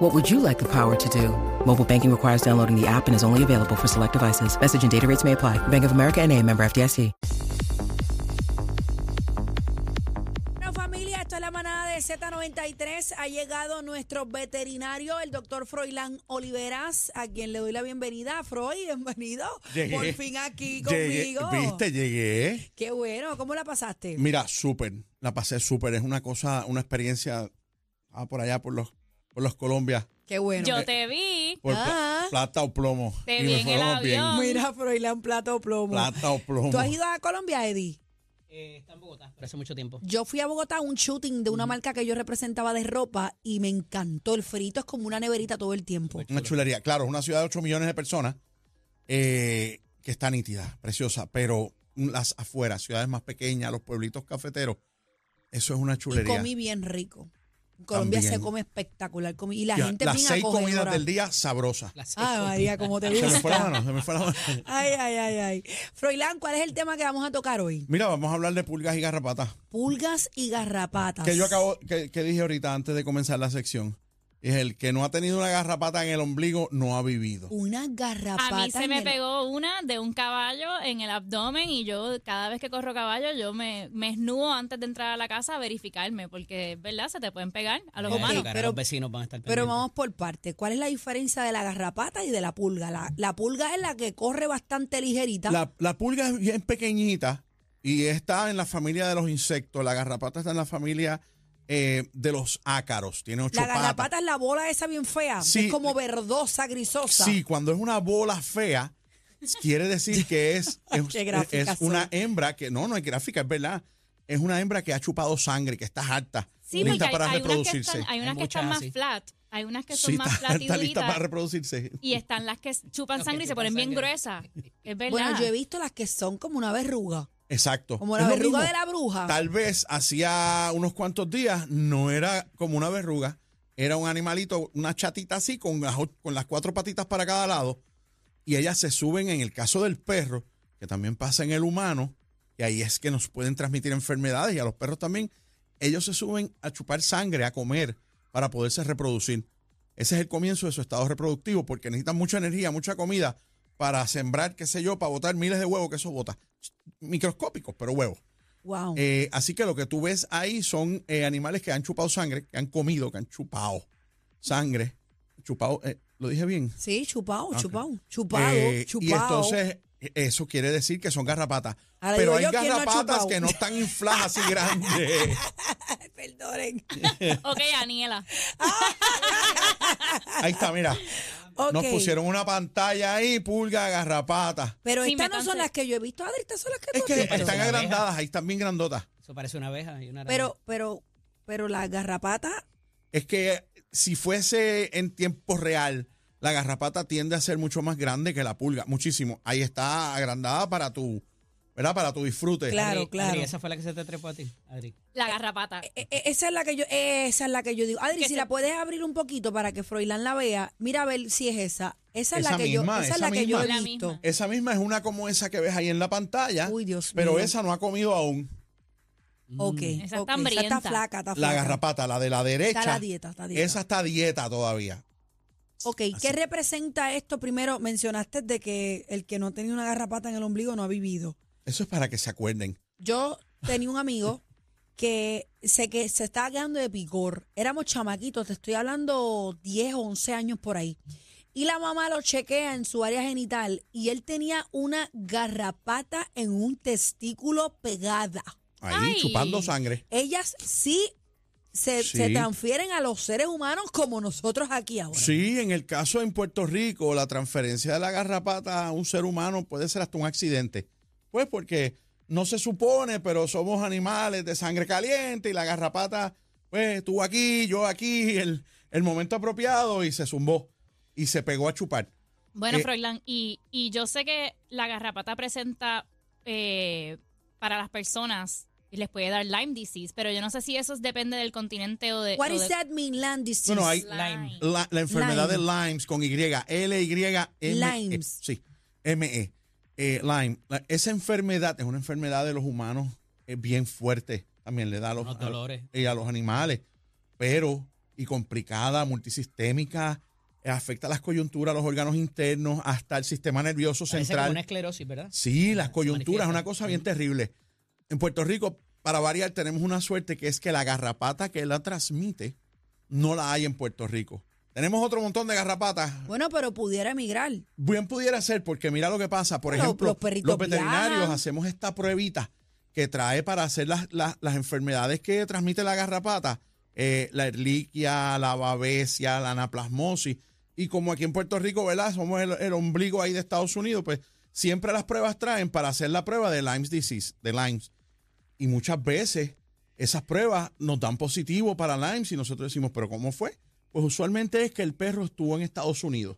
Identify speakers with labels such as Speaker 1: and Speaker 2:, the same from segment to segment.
Speaker 1: What would you like the power to do? Mobile banking requires downloading the app and is only available for select devices. Message and data rates may apply. Bank of America and a member FDIC.
Speaker 2: Bueno, familia, esto es la manada de Z93. Ha llegado nuestro veterinario, el doctor Froilán Oliveras, a quien le doy la bienvenida. Freud, bienvenido.
Speaker 3: Llegué.
Speaker 2: Por fin aquí
Speaker 3: Llegué,
Speaker 2: conmigo.
Speaker 3: Viste, llegué.
Speaker 2: Qué bueno, ¿cómo la pasaste?
Speaker 3: Mira, súper. La pasé súper. Es una cosa, una experiencia ah, por allá, por los, por los Colombia,
Speaker 2: Qué bueno.
Speaker 4: Yo te vi.
Speaker 3: por pla-
Speaker 2: Ah.
Speaker 3: plata o plomo.
Speaker 4: Te
Speaker 3: Y
Speaker 4: vi
Speaker 3: me
Speaker 4: en el
Speaker 3: fueron bien.
Speaker 4: avión.
Speaker 2: Mira, Froilán, plato o plomo.
Speaker 3: Plata o plomo.
Speaker 2: ¿Tú has ido a Colombia, Eddie?
Speaker 5: Eh, está en Bogotá, pero hace mucho tiempo.
Speaker 2: Yo fui a Bogotá a un shooting de una marca que yo representaba de ropa y me encantó. El frito es como una neverita todo el tiempo.
Speaker 3: Una chulería. Claro, es una ciudad de 8 millones de personas eh, que está nítida, preciosa, pero las afueras, ciudades más pequeñas, los pueblitos cafeteros, eso es una
Speaker 2: Y
Speaker 3: chulería.
Speaker 2: comí bien rico. En Colombia se
Speaker 3: También.
Speaker 2: come espectacular. comí- y la
Speaker 3: Ya,
Speaker 2: gente es
Speaker 3: las
Speaker 2: bien
Speaker 3: seis
Speaker 2: acogedora.
Speaker 3: comidas del día sabrosas.
Speaker 5: Las-
Speaker 2: Ay, María, como te
Speaker 3: Se me fue la
Speaker 2: gusta.
Speaker 3: mano, se me fue la mano.
Speaker 2: Ay, ay, ay, ay. Froilán, ¿cuál es el tema que vamos a tocar hoy?
Speaker 3: Mira, vamos a hablar de pulgas y garrapatas.
Speaker 2: Pulgas y garrapatas.
Speaker 3: que yo acabo, que, que dije ahorita antes de comenzar la sección, es el que no ha tenido una garrapata en el ombligo no ha vivido.
Speaker 4: Uh,
Speaker 2: Una garrapata.
Speaker 4: A mí se
Speaker 2: en
Speaker 4: me
Speaker 2: el-
Speaker 4: pegó una de un caballo en el abdomen y yo cada vez que corro caballo yo me, me esnúo antes de entrar a la casa a verificarme porque es verdad, se te pueden pegar a los
Speaker 2: Pero-
Speaker 4: humanos.
Speaker 5: Cara,
Speaker 2: pero-
Speaker 5: los vecinos van a estar
Speaker 2: Pero
Speaker 5: pendientes.
Speaker 2: vamos por parte. ¿Cuál es la diferencia de la garrapata y de la pulga? La, la pulga es la que corre bastante ligerita.
Speaker 3: La, la pulga es bien pequeñita y está en la familia de los insectos. La garrapata está en la familia eh, de los ácaros. Tiene ocho
Speaker 2: La garrapata
Speaker 3: patas.
Speaker 2: es la bola esa bien fea.
Speaker 3: Sí.
Speaker 2: Es como verdosa, grisosa.
Speaker 3: Sí, cuando es una bola fea, quiere decir que es, es,
Speaker 2: Qué gráficas
Speaker 3: es una
Speaker 2: son.
Speaker 3: hembra que, no, no es gráfica, es verdad. Es una hembra que ha chupado sangre, que está harta,
Speaker 4: Sí, porque
Speaker 3: lista
Speaker 4: hay,
Speaker 3: para
Speaker 4: hay unas que
Speaker 3: reproducirse.
Speaker 4: están, hay unas
Speaker 5: Hay
Speaker 4: que están
Speaker 5: muchas
Speaker 4: más
Speaker 5: así.
Speaker 4: flat, hay unas que son
Speaker 3: sí,
Speaker 4: más
Speaker 3: está
Speaker 4: flat y
Speaker 3: harta, lista para
Speaker 4: duritas
Speaker 3: reproducirse.
Speaker 4: y están las que chupan
Speaker 5: Los que
Speaker 4: sangre y se
Speaker 5: chupan
Speaker 4: ponen bien
Speaker 5: sangre.
Speaker 4: gruesas. Es verdad.
Speaker 2: Bueno, yo he visto las que son como una verruga.
Speaker 3: Exacto.
Speaker 2: Como
Speaker 3: Es
Speaker 2: la
Speaker 3: lo
Speaker 2: verruga
Speaker 3: mismo.
Speaker 2: de la bruja.
Speaker 3: Tal vez hacía unos cuantos días no era como una verruga, era un animalito, una chatita así con las, o- con las cuatro patitas para cada lado y ellas se suben en el caso del perro, que también pasa en el humano, y ahí es que nos pueden transmitir enfermedades y a los perros también, ellos se suben a chupar sangre, a comer para poderse reproducir. Ese es el comienzo de su estado reproductivo porque necesitan mucha energía, mucha comida para sembrar, qué sé yo, para botar miles de huevos que eso bota. Microscópicos, pero huevos.
Speaker 2: Wow.
Speaker 3: Eh, así que lo que tú ves ahí son eh, animales que han chupado sangre, que han comido, que han chupado sangre, chupado, eh, lo dije bien.
Speaker 2: sí, chupado,
Speaker 3: ok.
Speaker 2: chupado, chupado,
Speaker 3: Eh,
Speaker 2: chupado.
Speaker 3: Y entonces eh, eso quiere decir que son garrapatas.
Speaker 2: Ahora
Speaker 3: Pero
Speaker 2: digo
Speaker 3: hay
Speaker 2: yo, ¿quién no ha
Speaker 3: garrapatas
Speaker 2: chupado?
Speaker 3: que no están infladas así grandes.
Speaker 2: Ay, perdonen.
Speaker 4: Ok, Aniela.
Speaker 3: Ahí está, mira. Nos
Speaker 2: Ok.
Speaker 3: pusieron una pantalla ahí, pulga, garrapata.
Speaker 2: Pero
Speaker 4: Sí, me
Speaker 2: estas no son
Speaker 4: cansé.
Speaker 2: las que yo he visto, Adri, estas son las que
Speaker 3: Es
Speaker 2: tú
Speaker 3: que
Speaker 2: has visto.
Speaker 3: están
Speaker 5: una abeja.
Speaker 3: agrandadas, ahí están bien grandotas.
Speaker 5: Eso parece una abeja y una araña.
Speaker 2: Pero, pero, pero la garrapata,
Speaker 3: Es que si fuese en tiempo real, la garrapata tiende a ser mucho más grande que la pulga, muchísimo. Ahí está agrandada para tu, ¿verdad? Para tu disfrute.
Speaker 2: Claro.
Speaker 5: Adri, Adri, esa fue la que se te trepó a ti, Adri.
Speaker 4: La garrapata.
Speaker 2: e- e- esa es la que yo, esa es la que yo digo. Adri,
Speaker 4: Que
Speaker 2: si
Speaker 4: se-
Speaker 2: la puedes abrir un poquito para que Froilán la vea, mira a ver si es esa. Esa es la
Speaker 3: Esa
Speaker 2: que yo,
Speaker 3: misma,
Speaker 2: esa es
Speaker 3: esa
Speaker 2: la que yo
Speaker 3: misma.
Speaker 2: he
Speaker 4: La
Speaker 2: visto.
Speaker 4: misma.
Speaker 3: Esa misma es una como esa que ves ahí en la pantalla,
Speaker 2: Uy, Dios
Speaker 3: pero
Speaker 2: mío.
Speaker 3: esa no ha comido aún.
Speaker 2: Ok,
Speaker 4: Esa está
Speaker 2: ok, esa está
Speaker 4: hambrienta.
Speaker 2: flaca, está flaca.
Speaker 3: La garrapata, la de la derecha.
Speaker 2: Está la dieta, está la dieta.
Speaker 3: Esa está a dieta todavía.
Speaker 2: Ok, ¿qué representa esto? Primero mencionaste de que el que no tenía una garrapata en el ombligo no ha vivido.
Speaker 3: Eso es para que se acuerden.
Speaker 2: Yo tenía un amigo que se, que se estaba quedando de picor. Éramos chamaquitos, te estoy hablando 10 o 11 años por ahí. Y la mamá lo chequea en su área genital y él tenía una garrapata en un testículo pegada.
Speaker 3: Ahí
Speaker 4: Ay.
Speaker 3: chupando sangre.
Speaker 2: Ellas sí se,
Speaker 3: Sí.
Speaker 2: se transfieren a los seres humanos como nosotros aquí ahora.
Speaker 3: Sí, en el caso en Puerto Rico, la transferencia de la garrapata a un ser humano puede ser hasta un accidente. Pues porque no se supone, pero somos animales de sangre caliente y la garrapata, pues tú aquí, yo aquí, el, el momento apropiado y se zumbó y se pegó a chupar.
Speaker 4: Bueno,
Speaker 3: Eh,
Speaker 4: Froilán, y, y yo sé que la garrapata presenta eh, para las personas y les puede dar Lyme disease, pero yo no sé si eso depende del continente o de.
Speaker 2: What
Speaker 4: o
Speaker 2: is
Speaker 4: de-
Speaker 2: that mean, land disease?
Speaker 3: Bueno, hay-
Speaker 4: Lyme.
Speaker 3: La, la enfermedad
Speaker 2: Lyme.
Speaker 3: de Lymes con Y, L Y M E.
Speaker 2: Lymes.
Speaker 3: Sí, M E. Eh, Lyme. La- esa enfermedad es una enfermedad de los humanos es bien fuerte. También le da a los,
Speaker 5: Unos
Speaker 3: a los-
Speaker 5: dolores.
Speaker 3: y a los animales, pero y complicada, multisistémica, eh, afecta las coyunturas, los órganos internos, hasta el sistema nervioso
Speaker 5: Parece como
Speaker 3: central.
Speaker 5: una esclerosis, ¿verdad?
Speaker 3: Sí, las
Speaker 5: Se
Speaker 3: coyunturas,
Speaker 5: manifiesta.
Speaker 3: una cosa bien terrible. En Puerto Rico, para variar, tenemos una suerte que es que la garrapata que la transmite no la hay en Puerto Rico. Tenemos otro montón de garrapatas.
Speaker 2: Bueno, pero pudiera emigrar.
Speaker 3: Bien pudiera ser, porque mira lo que pasa. Por
Speaker 2: Los-
Speaker 3: ejemplo,
Speaker 2: los perritos
Speaker 3: veterinarios
Speaker 2: viajan.
Speaker 3: hacemos esta pruebita que trae para hacer las, las- las enfermedades que transmite la garrapata, eh, la erliquia, la babesia, la anaplasmosis. Y como aquí en Puerto Rico, ¿verdad? Somos el, el ombligo ahí de Estados Unidos, pues siempre las pruebas traen para hacer la prueba de Lyme's disease, de Lyme's. Y muchas veces esas pruebas nos dan positivo para Lyme's y nosotros decimos, ¿pero cómo fue? Pues usualmente es que el perro estuvo en Estados Unidos.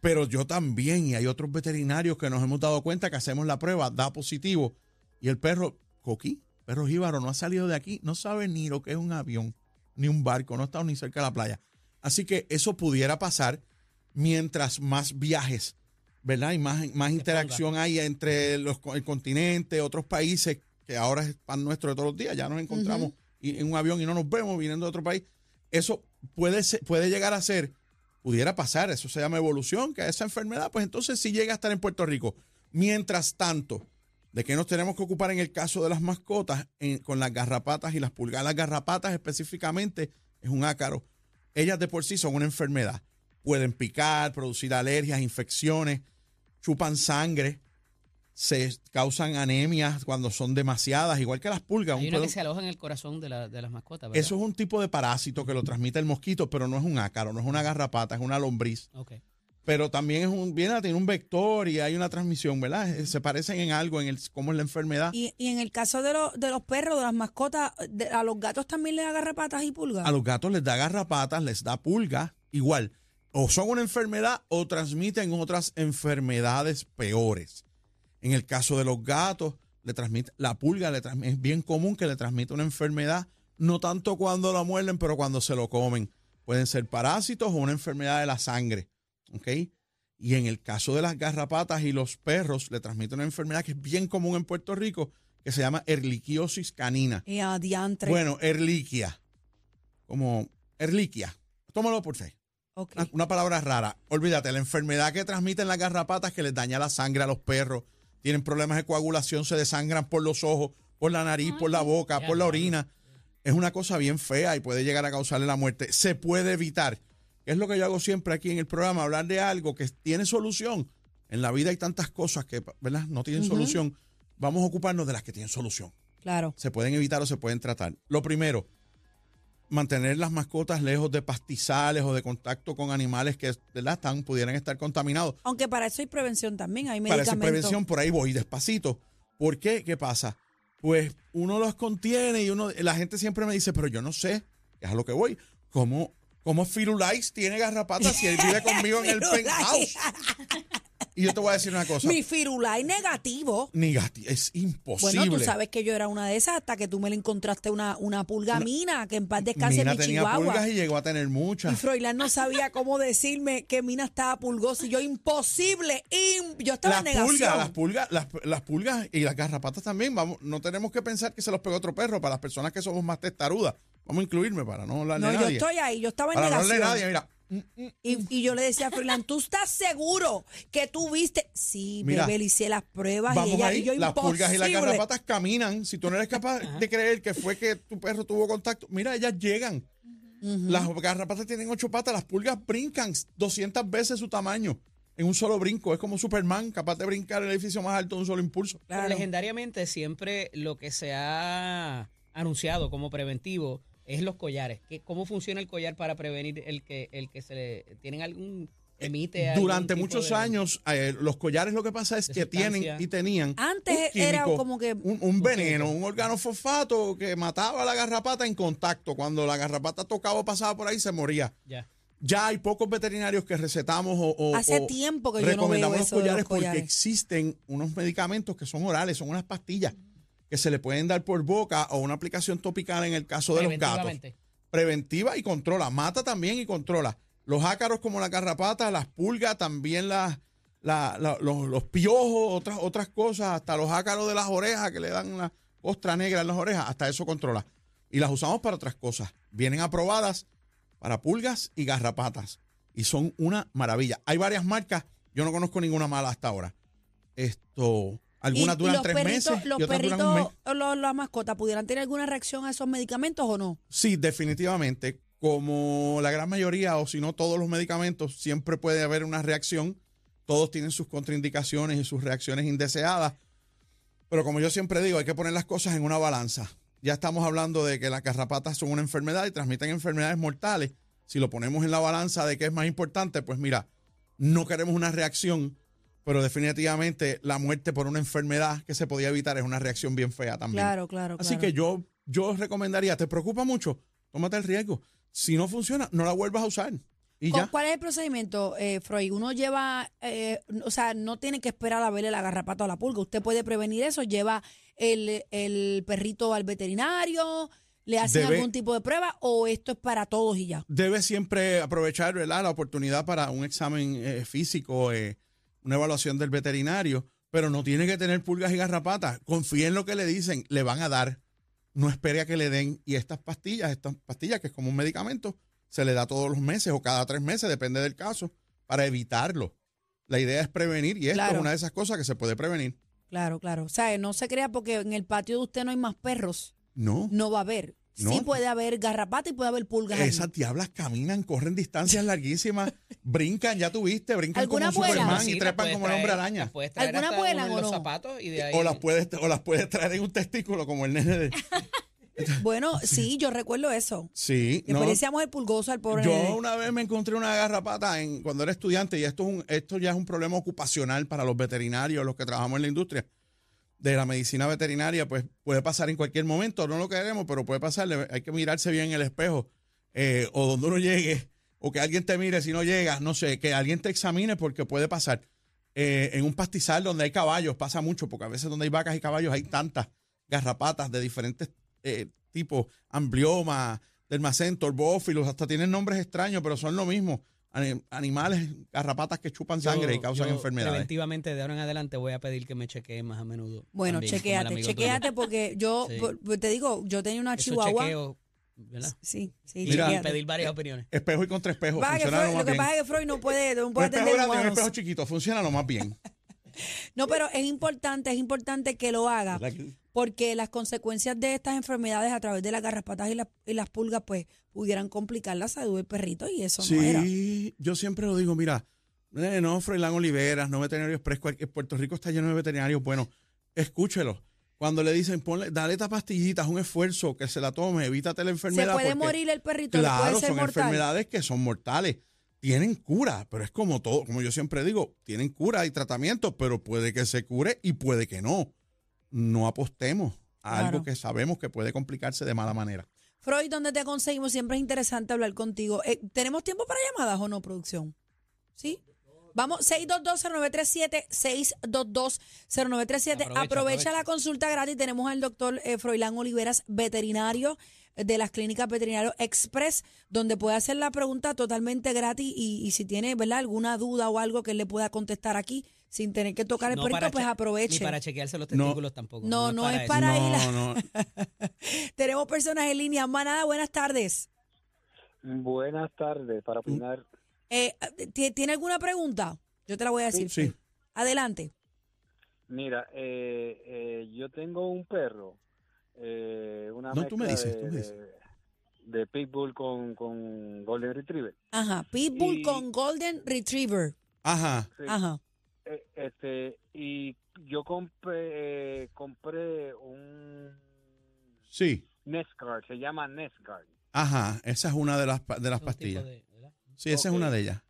Speaker 3: Pero yo también, y hay otros veterinarios que nos hemos dado cuenta que hacemos la prueba, da positivo. Y el perro, Coquí, perro jíbaro, no ha salido de aquí, no sabe ni lo que es un avión, ni un barco, no ha estado ni cerca de la playa. Así que eso pudiera pasar mientras más viajes, ¿verdad? Y más, más interacción hay entre los, co- el continente, otros países, que ahora es pan nuestro de todos los días, ya nos encontramos y- en un avión y no nos vemos viniendo de otro país. Eso puede, ser- puede llegar a ser pudiera pasar, eso se llama evolución, que esa enfermedad, pues entonces sí llega a estar en Puerto Rico. Mientras tanto, ¿de qué nos tenemos que ocupar en el caso de las mascotas en- con las garrapatas y las pulgas? Las garrapatas específicamente es un ácaro. Ellas de por sí son una enfermedad. Pueden picar, producir alergias, infecciones, chupan sangre, se causan anemias cuando son demasiadas, igual que las pulgas. Un
Speaker 5: Hay una que
Speaker 3: produ-
Speaker 5: se aloja en el corazón de, la- de las mascotas, ¿verdad?
Speaker 3: eso es un tipo de parásito que lo transmite el mosquito, pero no es un ácaro, no es una garrapata, es una lombriz
Speaker 5: Ok.
Speaker 3: pero también es un, viene a tener un vector y hay una transmisión, ¿verdad? Eh, Se parecen en algo, en el, cómo es la enfermedad.
Speaker 2: Y, y en el caso de, los de los perros, de las mascotas, de- a los gatos también les agarra patas y pulgas.
Speaker 3: A los gatos les da garrapatas, les da pulga, igual. O son una enfermedad o transmiten otras enfermedades peores. En el caso de los gatos, le transmite, la pulga le transmi- es bien común que le transmita una enfermedad, no tanto cuando la muerden, pero cuando se lo comen. Pueden ser parásitos o una enfermedad de la sangre. ¿Ok? Y en el caso de las garrapatas y los perros, le transmite una enfermedad que es bien común en Puerto Rico, que se llama erliquiosis canina.
Speaker 2: Y a diantre.
Speaker 3: Bueno, erliquia. Como erliquia. Tómalo por fe.
Speaker 2: Ok.
Speaker 3: Una, una palabra rara. Olvídate, la enfermedad que transmiten las garrapatas que les daña la sangre a los perros. Tienen problemas de coagulación, se desangran por los ojos, por la nariz, por la boca,
Speaker 5: Ya,
Speaker 3: por la
Speaker 5: ya.
Speaker 3: orina. Es una cosa bien fea y puede llegar a causarle la muerte. Se puede evitar. Es lo que yo hago siempre aquí en el programa, hablar de algo que tiene solución. En la vida hay tantas cosas que, ¿verdad? No tienen solución. Vamos a ocuparnos de las que tienen solución
Speaker 2: claro.
Speaker 3: se pueden evitar o se pueden tratar. Lo primero, mantener las mascotas lejos de pastizales o de contacto con animales que ¿verdad? Están, pudieran estar contaminados.
Speaker 2: Aunque para eso hay prevención también, hay
Speaker 3: Para esa
Speaker 2: medicamentos.
Speaker 3: prevención, por ahí voy despacito. ¿Por qué? ¿Qué pasa? Pues uno los contiene y uno, la gente siempre me dice, pero yo no sé, es a lo que voy, ¿cómo, cómo Firulais tiene garrapatas si él vive conmigo en el
Speaker 2: Firulais.
Speaker 3: penthouse? Y yo te voy a decir una cosa,
Speaker 2: Mi firulai negativo.
Speaker 3: negati- es imposible.
Speaker 2: Bueno, tú sabes que yo era una de esas hasta que tú me le encontraste una, una pulga mina, que en paz descanse en
Speaker 3: Mina
Speaker 2: mi
Speaker 3: tenía
Speaker 2: chihuahua.
Speaker 3: pulgas y llegó a tener muchas.
Speaker 2: Y Froilán no sabía cómo decirme que Mina estaba pulgosa. Y yo, imposible. im- yo estaba
Speaker 3: las
Speaker 2: en negación.
Speaker 3: pulgas, las pulgas, las, las pulgas y las garrapatas también. Vamos, no tenemos que pensar que se los pegó otro perro para las personas que somos más testarudas. Vamos a incluirme para no hablarle
Speaker 2: no,
Speaker 3: a
Speaker 2: yo
Speaker 3: nadie.
Speaker 2: estoy ahí. Yo estaba en
Speaker 3: para no hablarle
Speaker 2: negación.
Speaker 3: a nadie, mira.
Speaker 2: y, y yo le decía a Froilán, ¿tú estás seguro que tú viste? Sí,
Speaker 3: Mira,
Speaker 2: bebé, le hice las pruebas. y
Speaker 3: Vamos
Speaker 2: ella,
Speaker 3: ahí,
Speaker 2: y yo,
Speaker 3: las pulgas y las
Speaker 2: imposible.
Speaker 3: garrapatas caminan. Si tú no eres capaz de creer que fue que tu perro tuvo contacto, mira, ellas llegan. Las garrapatas tienen ocho patas, las pulgas brincan 200 veces su tamaño en un solo brinco. Es como Superman, capaz de brincar el edificio más alto de un solo impulso.
Speaker 5: Pero
Speaker 2: Claro.
Speaker 5: legendariamente siempre lo que se ha anunciado como preventivo es los collares. ¿Qué- ¿Cómo funciona el collar para prevenir el que el que se le tienen algún emite este, algún
Speaker 3: Durante
Speaker 5: tipo
Speaker 3: muchos
Speaker 5: de-
Speaker 3: años, eh, los collares lo que pasa es
Speaker 5: de
Speaker 3: que
Speaker 5: sustancia.
Speaker 3: tienen y tenían.
Speaker 2: Antes
Speaker 3: un
Speaker 2: era
Speaker 3: químico,
Speaker 2: como que-
Speaker 3: Un, un veneno, un organofosfato que mataba a la garrapata en contacto. Cuando la garrapata tocaba o pasaba por ahí, se moría.
Speaker 5: Ya.
Speaker 3: ya hay pocos veterinarios que recetamos o, o-
Speaker 2: Hace
Speaker 3: o
Speaker 2: tiempo que yo no
Speaker 3: recomendamos
Speaker 2: veo
Speaker 3: los
Speaker 2: eso de los
Speaker 3: collares porque
Speaker 2: collares.
Speaker 3: existen unos medicamentos que son orales, son unas pastillas que se le pueden dar por boca o una aplicación topical en el caso de los gatos.
Speaker 5: preventivamente.
Speaker 3: Preventiva y controla, mata también y controla. Los ácaros como la carrapata, las pulgas, también las, la- la- los, los piojos, otras, otras cosas, hasta los ácaros de las orejas que le dan la ostra negra en las orejas, hasta eso controla. Y las usamos para otras cosas. Vienen aprobadas para pulgas y garrapatas. Y son una maravilla. Hay varias marcas, yo no conozco ninguna mala hasta ahora. Esto, algunas
Speaker 2: Y- y
Speaker 3: duran
Speaker 2: los
Speaker 3: tres
Speaker 2: perritos,
Speaker 3: meses
Speaker 2: Los
Speaker 3: y otras
Speaker 2: perritos,
Speaker 3: duran un mes.
Speaker 2: o los- las mascotas, ¿pudieran tener alguna reacción a esos medicamentos o no?
Speaker 3: Sí, definitivamente. Como la gran mayoría, o si no todos los medicamentos, siempre puede haber una reacción. Todos tienen sus contraindicaciones y sus reacciones indeseadas. Pero como yo siempre digo, hay que poner las cosas en una balanza. Ya estamos hablando de que las carrapatas son una enfermedad y transmiten enfermedades mortales. Si lo ponemos en la balanza de qué es más importante, pues mira, no queremos una reacción, pero definitivamente la muerte por una enfermedad que se podía evitar es una reacción bien fea también.
Speaker 2: Claro, claro,
Speaker 3: Así
Speaker 2: claro.
Speaker 3: que yo, yo recomendaría, ¿te preocupa mucho? Tómate el riesgo. Si no funciona, no la vuelvas a usar. Y
Speaker 2: ¿Cu-
Speaker 3: ya.
Speaker 2: ¿Cuál es el procedimiento, eh, Freud? Uno lleva, eh, o sea, no tiene que esperar a verle la garrapata o la pulga. Usted puede prevenir eso. Lleva el, el perrito al veterinario, le hacen
Speaker 3: Debe-
Speaker 2: algún tipo de prueba o esto es para todos y ya.
Speaker 3: Debes siempre aprovechar ¿verdad? la oportunidad para un examen eh, físico, eh, una evaluación del veterinario, pero no tiene que tener pulgas y garrapatas. Confía en lo que le dicen, le van a dar. No espere a que le den. Y estas pastillas, estas pastillas que es como un medicamento, se le da todos los meses o cada tres meses, depende del caso, para evitarlo. La idea es prevenir y esto
Speaker 2: Claro.
Speaker 3: es una de esas cosas que se puede prevenir.
Speaker 2: Claro, claro. O sea, no se crea porque en el patio de usted no hay más perros.
Speaker 3: No.
Speaker 2: No va a haber. Sí
Speaker 3: No.
Speaker 2: puede haber garrapata y puede haber pulgas. ahí.
Speaker 3: Esas diablas caminan, corren distancias larguísimas, brincan, ya tuviste, brincan como
Speaker 2: ¿Alguna
Speaker 3: un
Speaker 2: vuela?
Speaker 3: Superman
Speaker 5: Sí,
Speaker 3: y
Speaker 5: las
Speaker 3: trepan
Speaker 5: puedes
Speaker 3: como el
Speaker 5: traer-
Speaker 3: hombre araña.
Speaker 5: las puedes traer
Speaker 2: ¿Alguna
Speaker 5: hasta
Speaker 2: vuelan
Speaker 5: uno
Speaker 2: o
Speaker 5: en los
Speaker 2: no?
Speaker 5: zapatos y de ahí.
Speaker 3: O las puedes, o las puedes traer en un testículo como el nene de.
Speaker 2: Bueno, sí, yo recuerdo eso.
Speaker 3: Sí,
Speaker 2: Le
Speaker 3: no.
Speaker 2: parecíamos el pulgoso al pobre. nene.
Speaker 3: Yo una vez me encontré una garrapata en, cuando era estudiante, y esto, es un- esto ya es un problema ocupacional para los veterinarios, los que trabajamos en la industria de la medicina veterinaria, pues puede pasar en cualquier momento, no lo queremos, pero puede pasar, le- hay que mirarse bien en el espejo, eh, o donde uno llegue, o que alguien te mire si no llegas, no sé, que alguien te examine porque puede pasar. Eh, en un pastizal donde hay caballos pasa mucho, porque a veces donde hay vacas y caballos hay tantas garrapatas de diferentes eh, tipos, amblioma, dermacentor, bófilos, hasta tienen nombres extraños, pero son lo mismo. Ani- Animales, garrapatas que chupan sangre y causan enfermedades.
Speaker 5: Preventivamente, de ahora en adelante, voy a pedir que me chequeen más a menudo.
Speaker 2: Bueno,
Speaker 5: también, como el
Speaker 2: chequéate,
Speaker 5: amigo
Speaker 2: chequéate
Speaker 5: tuyo.
Speaker 2: porque yo
Speaker 5: Sí.
Speaker 2: por- por- te digo, yo tenía una
Speaker 5: Esos
Speaker 2: chihuahua.
Speaker 5: chequeos, ¿verdad?
Speaker 2: Sí, sí,
Speaker 5: Y,
Speaker 3: Mira,
Speaker 5: y
Speaker 2: chequéate.
Speaker 5: pedir varias opiniones.
Speaker 3: Espejo y contra espejo.
Speaker 2: Pasa que
Speaker 3: funcionaron
Speaker 2: Freud-
Speaker 3: más
Speaker 2: lo que
Speaker 3: bien.
Speaker 2: pasa es que Freud no puede, no
Speaker 3: Un
Speaker 2: puede
Speaker 3: espejo
Speaker 2: atender
Speaker 3: grande y un
Speaker 2: humanos.
Speaker 3: espejo chiquito, funciona lo más bien.
Speaker 2: No, pero es importante, es importante que lo haga porque las consecuencias de estas enfermedades a través de las garrapatas y, las- y las pulgas pues pudieran complicar la salud del perrito y eso no era.
Speaker 3: Sí, yo siempre lo digo, mira, eh, no, Froilán Oliveras, no veterinarios fresco, eh, Puerto Rico está lleno de veterinarios, bueno, escúchelo. Cuando le dicen, ponle, dale estas pastillitas, un esfuerzo, que se la tome, evítate la
Speaker 2: Se
Speaker 3: enfermedad.
Speaker 2: puede
Speaker 3: porque-
Speaker 2: morir el perrito, le
Speaker 3: Claro,
Speaker 2: puede ser
Speaker 3: son
Speaker 2: mortal.
Speaker 3: enfermedades que son mortales. Tienen cura, pero es como todo, como yo siempre digo, tienen cura y tratamiento, pero puede que se cure y puede que no. No apostemos a
Speaker 2: Claro.
Speaker 3: algo que sabemos que puede complicarse de mala manera.
Speaker 2: Freud, ¿dónde te conseguimos? Siempre es interesante hablar contigo. Eh, ¿Tenemos tiempo para llamadas o no, producción? ¿Sí? Vamos, 622-0937, 622-0937. Aprovecha,
Speaker 5: Aprovecha, aprovecha.
Speaker 2: la consulta gratis. Tenemos al doctor eh, Froilán Oliveras, veterinario eh, de las clínicas veterinario Express, donde puede hacer la pregunta totalmente gratis y, y si tiene ¿verdad? alguna duda o algo que él le pueda contestar aquí sin tener que tocar el
Speaker 5: No
Speaker 2: perrito,
Speaker 5: para
Speaker 2: pues
Speaker 5: che-
Speaker 2: aproveche.
Speaker 5: Ni para chequearse los
Speaker 3: No.
Speaker 5: testículos tampoco.
Speaker 2: No, no es
Speaker 5: eso.
Speaker 2: para- ahí la-
Speaker 3: no, no,
Speaker 2: Tenemos personas en línea. Manada, buenas tardes.
Speaker 6: Buenas tardes,
Speaker 3: Mm.
Speaker 6: para opinar.
Speaker 2: Eh, ¿ti- ¿Tiene alguna pregunta? Yo te la voy a decir.
Speaker 3: sí.
Speaker 2: Fer. Adelante.
Speaker 6: Mira, eh, eh, yo tengo un perro. eh, una
Speaker 3: No, tú me
Speaker 6: mezcla
Speaker 3: dices, tú me
Speaker 6: de-
Speaker 3: dices.
Speaker 6: de pitbull con, con golden retriever.
Speaker 2: Ajá. Pitbull
Speaker 6: Y-
Speaker 2: con Golden Retriever.
Speaker 3: Ajá.
Speaker 6: Sí.
Speaker 2: Ajá.
Speaker 6: Eh, este y yo compré eh, compré un
Speaker 3: Sí.
Speaker 6: Nest Guard, se llama Nest Guard,
Speaker 3: Ajá. Esa es una de las, pa- de las
Speaker 5: Es un tipo
Speaker 3: pastillas.
Speaker 5: de- ¿verdad?
Speaker 3: Sí, esa es
Speaker 6: Ok.
Speaker 3: una de ellas.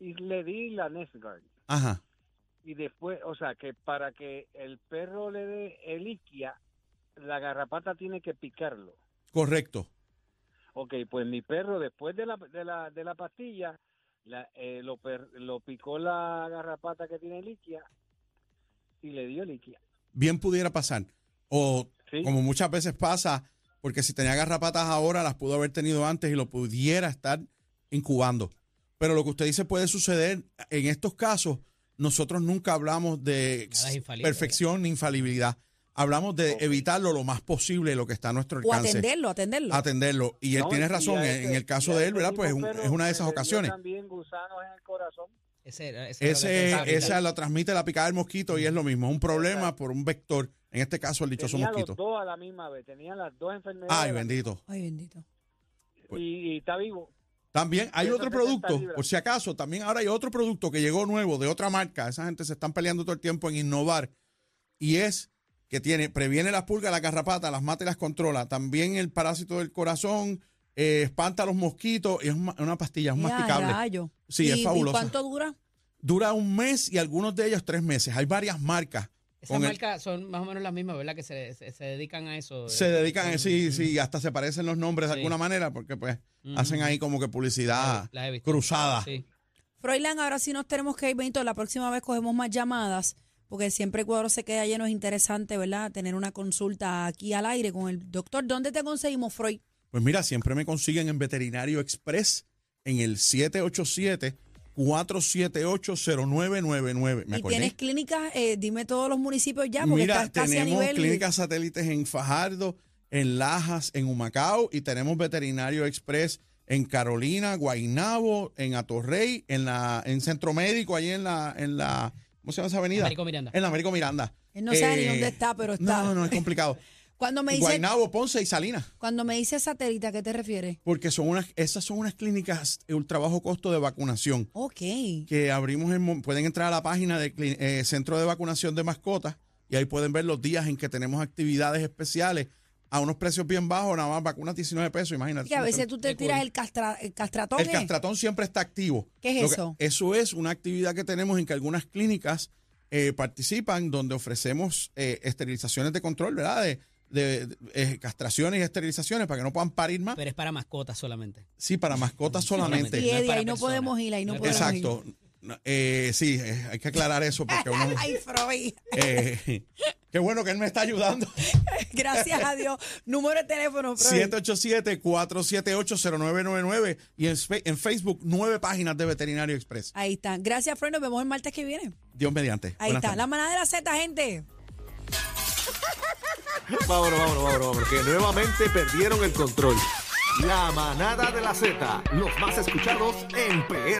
Speaker 6: y le di la Nest Guard.
Speaker 3: Ajá.
Speaker 6: y después, o sea, que para que el perro le dé el isquia, la garrapata tiene que picarlo.
Speaker 3: Correcto.
Speaker 6: Ok, pues mi perro después de la, de la, de la pastilla la- eh, lo, per- lo picó la garrapata que tiene liquia y le dio liquia.
Speaker 3: Bien pudiera pasar. O
Speaker 6: Sí.
Speaker 3: como muchas veces pasa, porque si tenía garrapatas ahora, las pudo haber tenido antes y lo pudiera estar incubando. Pero lo que usted dice puede suceder en estos casos. Nosotros nunca hablamos de
Speaker 5: Nada es infalible,
Speaker 3: perfección ni infalibilidad. Hablamos de
Speaker 6: Ok.
Speaker 3: evitarlo lo más posible, lo que está a nuestro
Speaker 2: O
Speaker 3: alcance.
Speaker 2: atenderlo, atenderlo.
Speaker 3: atenderlo. Y él
Speaker 6: No,
Speaker 3: tiene
Speaker 6: y
Speaker 3: razón,
Speaker 6: a
Speaker 3: en,
Speaker 6: ese-
Speaker 3: en el
Speaker 6: y
Speaker 3: caso
Speaker 6: a
Speaker 3: de él,
Speaker 6: ese
Speaker 3: ¿verdad? Pues es,
Speaker 6: mismo
Speaker 3: un-
Speaker 6: perro
Speaker 3: es una de esas
Speaker 6: le dio
Speaker 3: ocasiones.
Speaker 6: También gusanos en el corazón.
Speaker 5: Ese, ese es lo que
Speaker 3: Ese,
Speaker 5: pensaba,
Speaker 3: esa la transmite la picada del mosquito y es lo mismo, es un problema por un vector, en este caso el dichoso
Speaker 6: Tenía los
Speaker 3: mosquito.
Speaker 6: dos a la misma vez, tenía las dos enfermedades.
Speaker 3: Ay, bendito. pues.
Speaker 2: Ay, bendito.
Speaker 6: Y, y está vivo.
Speaker 3: También hay otro
Speaker 6: 170
Speaker 3: producto,
Speaker 6: libras.
Speaker 3: por si acaso, también ahora hay otro producto que llegó nuevo de otra marca, esa gente se están peleando todo el tiempo en innovar y es que tiene previene las pulgas, las garrapatas, las mata y las controla, también el parásito del corazón, eh, espanta los mosquitos, y es una una pastilla, es
Speaker 2: Ya,
Speaker 3: masticable.
Speaker 2: rayo.
Speaker 3: Sí, es
Speaker 2: ¿Y- ¿Y
Speaker 3: fabuloso.
Speaker 2: cuánto dura?
Speaker 3: Dura un mes y algunos de ellos tres meses. Hay varias marcas.
Speaker 5: Esas
Speaker 3: con el-
Speaker 5: marcas son más o menos las mismas, ¿verdad? Que se, se, se dedican a eso.
Speaker 3: se
Speaker 5: eh,
Speaker 3: dedican,
Speaker 5: son-
Speaker 3: eh, sí, sí, hasta se parecen los nombres
Speaker 5: Sí.
Speaker 3: de alguna manera, porque pues
Speaker 5: Ujú.
Speaker 3: hacen ahí como que publicidad
Speaker 5: Las he visto.
Speaker 3: cruzada.
Speaker 5: Sí.
Speaker 2: Froilán, ahora sí nos tenemos que ir, Benito. La próxima vez cogemos más llamadas, porque siempre el cuadro se queda lleno. Es interesante, ¿verdad? Tener una consulta aquí al aire con el doctor. ¿Dónde te conseguimos, Freud?
Speaker 3: Pues mira, siempre me consiguen en Veterinario Express en el 787 478 0999. ¿Me
Speaker 2: Y
Speaker 3: acordé?
Speaker 2: tienes clínicas, eh, dime todos los municipios ya, porque
Speaker 3: Mira,
Speaker 2: estás casi a
Speaker 3: tenemos
Speaker 2: nivel.
Speaker 3: clínicas satélites en Fajardo, en Lajas, en Humacao y tenemos Veterinario Express en Carolina, Guaynabo, en Atorrey, en la en Centro Médico, allí en la en la ¿cómo se llama esa avenida?
Speaker 5: Américo Miranda.
Speaker 3: En la Américo Miranda. Eh,
Speaker 2: Él no sabe ni dónde está, pero está.
Speaker 3: No, no, es complicado.
Speaker 2: Cuando me dice,
Speaker 3: Guaynabo, Ponce y Salinas.
Speaker 2: cuando me dice satélite, ¿a qué te refieres?
Speaker 3: Porque son unas, esas son unas clínicas de ultra bajo costo de vacunación
Speaker 2: Ok.
Speaker 3: que abrimos en, Mon- pueden entrar a la página del cli- eh, Centro de Vacunación de Mascotas y ahí pueden ver los días en que tenemos actividades especiales a unos precios bien bajos, nada más vacunas 19 pesos, imagínate.
Speaker 2: Que a veces tú te
Speaker 5: Qué cool.
Speaker 2: tiras el, castra, el castratón.
Speaker 3: El
Speaker 2: ¿eh?
Speaker 3: castratón siempre está activo.
Speaker 2: ¿Qué es
Speaker 3: Lo que-
Speaker 2: eso?
Speaker 3: eso es una actividad que tenemos en que algunas clínicas eh, participan donde ofrecemos eh, esterilizaciones de control, ¿verdad? De, de- de, eh, castraciones y esterilizaciones para que no puedan parir más.
Speaker 5: Pero es para mascotas solamente.
Speaker 3: Sí, para mascotas solamente.
Speaker 2: Y
Speaker 5: no es
Speaker 2: Eddie,
Speaker 5: para
Speaker 2: ahí no
Speaker 5: personas.
Speaker 2: podemos ir, ahí no
Speaker 5: No es
Speaker 2: podemos ir.
Speaker 3: Exacto. No, eh, sí, eh, hay que aclarar eso porque uno.
Speaker 2: Ay, Freud.
Speaker 3: eh, qué bueno que él me está ayudando.
Speaker 2: Gracias a Dios. Número de teléfono, Freud.
Speaker 3: 787-478-0999 y en, fe- en Facebook, nueve páginas de Veterinario Express.
Speaker 2: Ahí están. Gracias, Freud. Nos vemos el martes que viene.
Speaker 3: Dios mediante.
Speaker 2: Ahí
Speaker 3: Buenas
Speaker 2: está.
Speaker 3: tardes.
Speaker 2: La manada de la Z, gente.
Speaker 7: Vámonos, vámonos, vámonos, vámonos, que nuevamente perdieron el control. La manada de la Z, los más escuchados en PR.